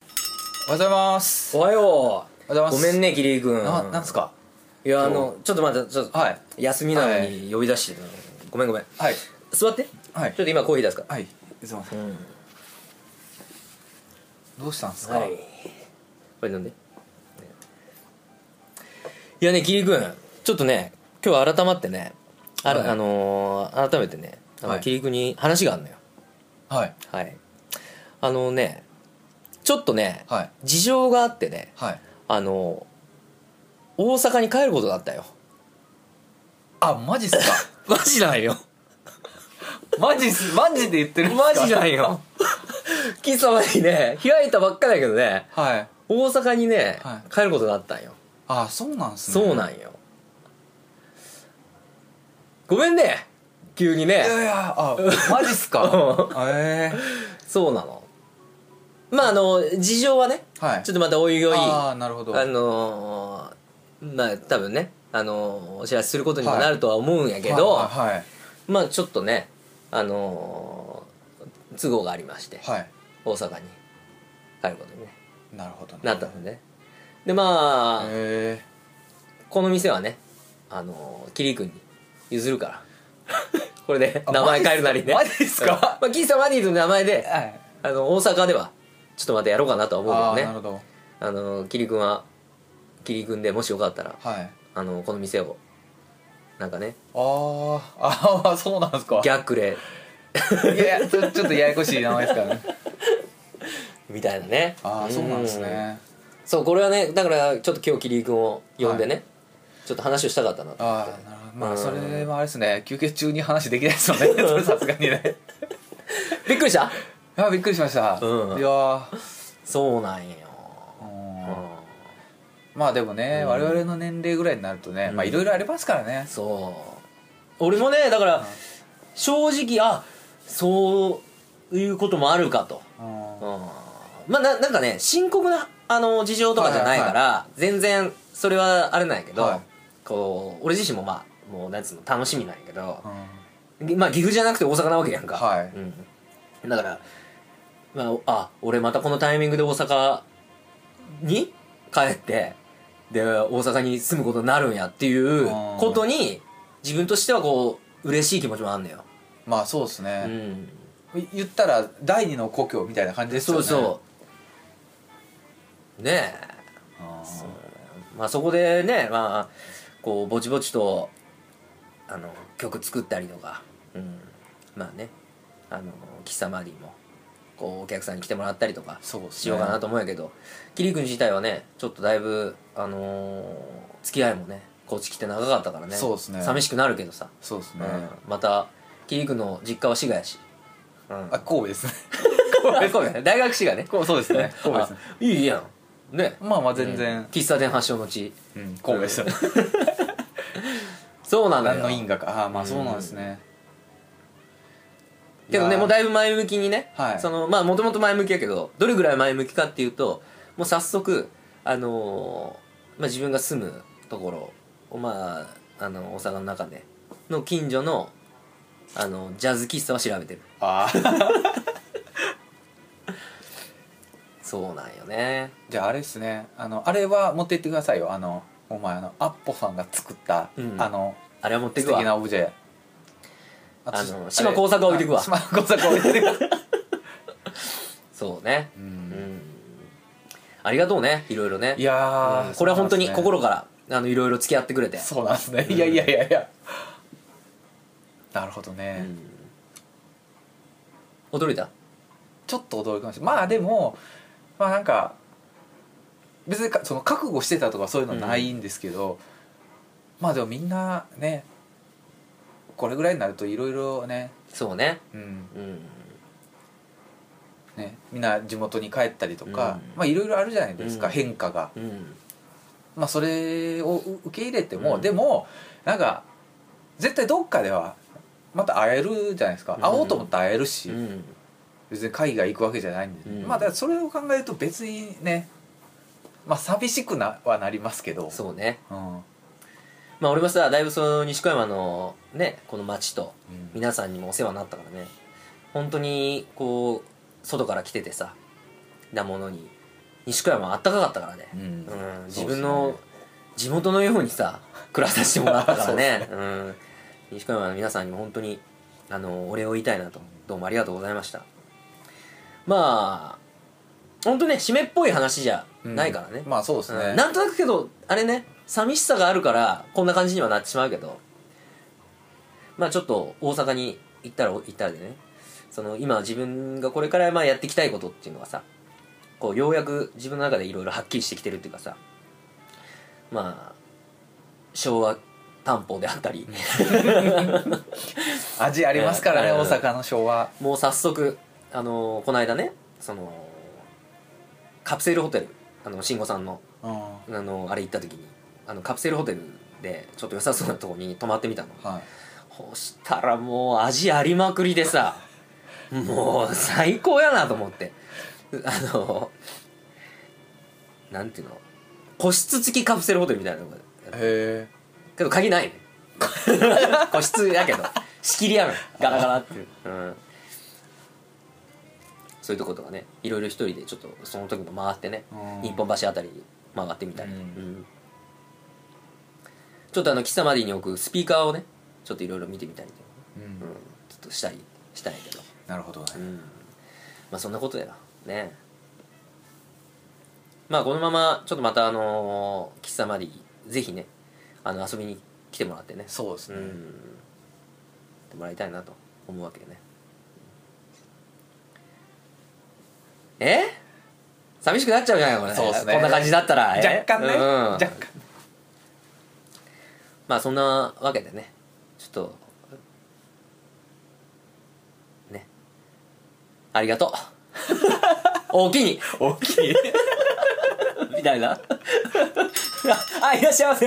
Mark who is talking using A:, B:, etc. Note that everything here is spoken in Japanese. A: おはようございます
B: おはよう
A: おはようございます
B: ごめんねキリー君
A: ななんすか
B: いやあのちょっと待ってちょっと、
A: はい
B: 休みなのに呼び出してたのごめんごめん
A: はい
B: 座って、
A: はい
B: ちょっと今コーヒー出すから
A: はいすいません、
B: ん
A: どうしたんですか、
B: はいこれ飲んでいやねキリ君ちょっとね今日改まってねあら、
A: はい
B: あのー改めてねあの、
A: はい
B: キリ君に話があるのよ
A: はい
B: はいあのねちょっとね、
A: はい
B: 事情があってね
A: はい
B: あのー大阪に帰ることがあったよ
A: あマジっすか
B: マジなんよ
A: マジっすマジで言ってるんです
B: マ
A: か
B: ジなんよ 貴様にね開いたばっかだけどね
A: はい
B: 大阪にね、
A: はい
B: 帰ることがあったんよ
A: あそうなんすね
B: そう
A: い
B: なんよごめんね急にね
A: やいや あマジっすかえ
B: そうなのまああの事情はね
A: えはい
B: ちょっとまたおいおい
A: あ
B: あ
A: あなるほど
B: のーまあ多分ねあのーお知らせすることにもなるとは思うんやけど、
A: はいはい
B: まあちょっとねあのー都合がありまして、
A: はい、は
B: 大阪に帰ることに、ね、
A: いなるほどね
B: なったのねでまあ、
A: え
B: この店はねあのキリ君に譲るから これで
A: あ
B: 名前変えるなりね
A: マジっすかマジっすか
B: うんまあ、キーさんマディの名前
A: え
B: で
A: はい
B: あの大阪ではちょっとまたやろうかなとは思
A: あ
B: う
A: あ
B: け
A: なる
B: ど
A: ほ
B: ね
A: ど
B: あのキリ君はキリ君でもしよかったら
A: はい
B: あのこの店をなんかね
A: ああああそうなんすか
B: ギャックレ
A: いやいやちょちょっとややこしい名前ですからね
B: みたいなね
A: ああそうなんですね
B: そうこれはねだからちょっと今日キリ君を呼んでね、ちょっと話をしたかったなと思っ
A: あ
B: て
A: あなるほどまあそれはあれですね休憩中に話できないですよね それさすがにね
B: びっくりした
A: あびっくりしました、
B: うん
A: いやー
B: そうなんよ、
A: うん
B: うん
A: まあでもね、我々の年齢ぐらいになるとね、まあいろいろありますからね
B: そう俺もねだから正直あそういうこともあるかと、
A: うん
B: うん、まあななんかね深刻なあの事情とかじゃないから、全然それはあれなんやけど、
A: はい
B: こう俺自身もまあもうなんつうの楽しみなんやけど
A: う、ん
B: ぎまあ岐阜じゃなくて大阪なわけやんか、
A: はい
B: うん、だから、まあ、あ俺またこのタイミングで大阪に帰ってで大阪に住むことになるんやっていう
A: あー
B: ことに自分としてはこう嬉しい気持ちもあんのよ、
A: まあそうです
B: う
A: ね、
B: ん、
A: 言ったら第二の故郷みたいな感じですよ
B: そう
A: ね
B: そうねえ
A: うん
B: まあ、そこでね、まあ、こうぼちぼちとあの曲作ったりとか、うん、まあねあの喫茶マディもこうお客さんに来てもらったりとか
A: そうっすね
B: しようかなと思うんやけど、キリ君自体はねちょっとだいぶ、あのー付き合いもねこっち来て長かったからね
A: そうっすね
B: 寂しくなるけどさ、
A: そうです
B: う
A: ね、
B: ん、またキリ君の実家は滋賀やし、うん、
A: あ神戸ですね
B: そうね大学滋賀ね
A: 神戸 そうですね神戸ですね
B: あいいやんね
A: まあまあ全然、
B: 喫茶店発祥の地
A: うん神戸ですね
B: そうなのよ
A: 何の因果かああーまあそうなんですね、
B: けど
A: い
B: ね
A: やー
B: もうだいぶ前向きにね、
A: はい
B: そのまあもともと前向きやけどどれぐらい前向きかっていうともう早速あのーまあ、自分が住むところをまああの大阪の中での近所のあのジャズ喫茶は調べてる
A: ああ
B: そうなんよね
A: じゃああれですねあのあれは持って行ってくださいよあのお前あのアッポさんが作った、
B: うん
A: あの
B: あれは持って
A: 素
B: くわ
A: 敵なオブジェ
B: あの
A: れ
B: 島耕作は置いてくわ
A: あ島耕作は置いてく わ
B: そうね
A: う
B: うん、
A: ん
B: ありがとうねいろいろね
A: いやー、
B: うんこれは本当に
A: そうなん
B: 心から、あのいろいろ付き合ってくれて
A: すねそうなんですねいやいやいやいやなるほどね、
B: うん驚いた
A: ちょっと驚きましたまあでもまあなんか別にかその覚悟してたとかそういうのないんですけど、まあでもみんなねこれぐらいになるといろいろね
B: そうね
A: うん
B: うん
A: ね、みんな地元に帰ったりとか、
B: うん
A: まあいろいろあるじゃないですか、
B: うん
A: 変化が、
B: うん
A: まあ、それをう受け入れても、
B: うん
A: でもなんか絶対どっかではまた会えるじゃないですか、
B: うん
A: 会おうと思ったら会えるし、
B: うん
A: 別に海外行くわけじゃないんで、
B: うん
A: まあだからそれを考えると別にねまあ寂しくなはなりますけど
B: そうね
A: う、んうん、
B: まあ俺もさだいぶその西小山のねこの町と皆さんにもお世話になったからね本当にこう外から来ててさなものに西小山あったかかったからね、
A: うん
B: うん
A: そ
B: 自
A: うですね
B: 分の地元のようにさ暮らさせてもらったからねうん、西小山の皆さんにも本当にあのお礼を言いたいなとどうもありがとうございましたまあ本当ね締めっぽい話じゃないからね、
A: うんまあそうですね、
B: うんなんとなくけどあれね寂しさがあるからこんな感じにはなってしまうけどまあちょっと大阪に行ったら行ったらでねその今自分がこれからまあやっていきたいことっていうのがさこうようやく自分の中でいろいろはっきりしてきてるっていうかさまあ昭和担保で あったり
A: 味ありますからね、
B: うん
A: 大阪の昭和
B: もう早速あのこの間ねそのカプセルホテルあの慎吾さんの
A: うんは
B: あのあれ行った時にあのカプセルホテルでちょっと良さそうなとこに泊まってみたの
A: い
B: そしたらもう味ありまくりでさもう最高やなと思ってあのなんていうの個室付きカプセルホテルみたいなとこ
A: へえ
B: けど鍵ない ね個室やけど仕切りやるガラガラっていう、うん、そういうとことかねいろいろ一人でちょっとその時も回ってね
A: うん
B: 日本橋あたりに曲がってみたり、
A: うん
B: うんちょっとあの喫茶マディに置くスピーカーをねちょっといろいろ見てみたりとか、
A: うん
B: うん、ちょっとしたりしたんやけど、
A: なるほどね
B: うん、まあそんなことやなねまあこのままちょっとまたあのー喫茶マディぜひねあの遊びに来てもらってね
A: そうです
B: う
A: ね、
B: ん来てもらいたいなと思うわけよねえ寂しくなっちゃうじゃないこれ
A: そうっすね
B: こんな感じだったらえ
A: 若干ね、
B: うん
A: 若干
B: まあそんなわけでねちょっとねありがとうおおきに
A: 大きい
B: みたいなあいらっしゃいませ